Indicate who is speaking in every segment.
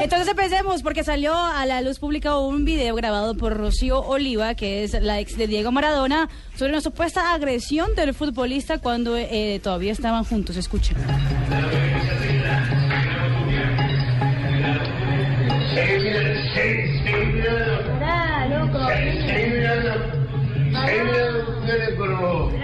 Speaker 1: Entonces empecemos porque salió a la luz pública un video grabado por Rocío Oliva, que es la ex de Diego Maradona, sobre una supuesta agresión del futbolista cuando eh, todavía estaban juntos. Escuchen.
Speaker 2: Pará, loco. Pero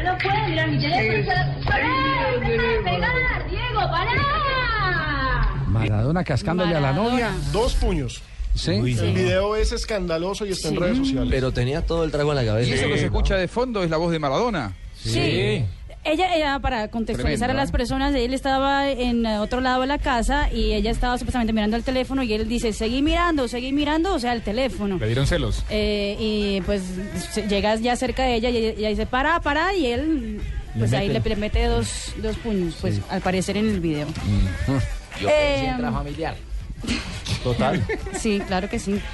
Speaker 2: no puedes mirar mi teléfono. Pará, deja de pegar, Diego, pará.
Speaker 3: Maradona cascándole a la novia.
Speaker 4: Dos puños.
Speaker 3: Sí.
Speaker 4: El video es escandaloso y está en redes sociales.
Speaker 5: Pero tenía todo el trago en la cabeza.
Speaker 6: Y eso que se escucha de fondo es la voz de Maradona.
Speaker 1: Sí. Ella, ella, para contextualizar
Speaker 6: Tremendo,
Speaker 1: a las
Speaker 6: ¿eh?
Speaker 1: personas, él estaba en eh, otro lado de la casa y ella estaba supuestamente mirando el teléfono y él dice, seguí mirando, seguí mirando, o sea, el teléfono.
Speaker 6: Le dieron celos.
Speaker 1: Eh, y pues se- llegas ya cerca de ella y ella ella dice, para, para, y él pues ahí le, le mete dos, dos puños, pues al parecer en el video.
Speaker 5: Yo
Speaker 1: Eh,
Speaker 5: pensé en familiar. Total.
Speaker 1: Sí, claro que sí.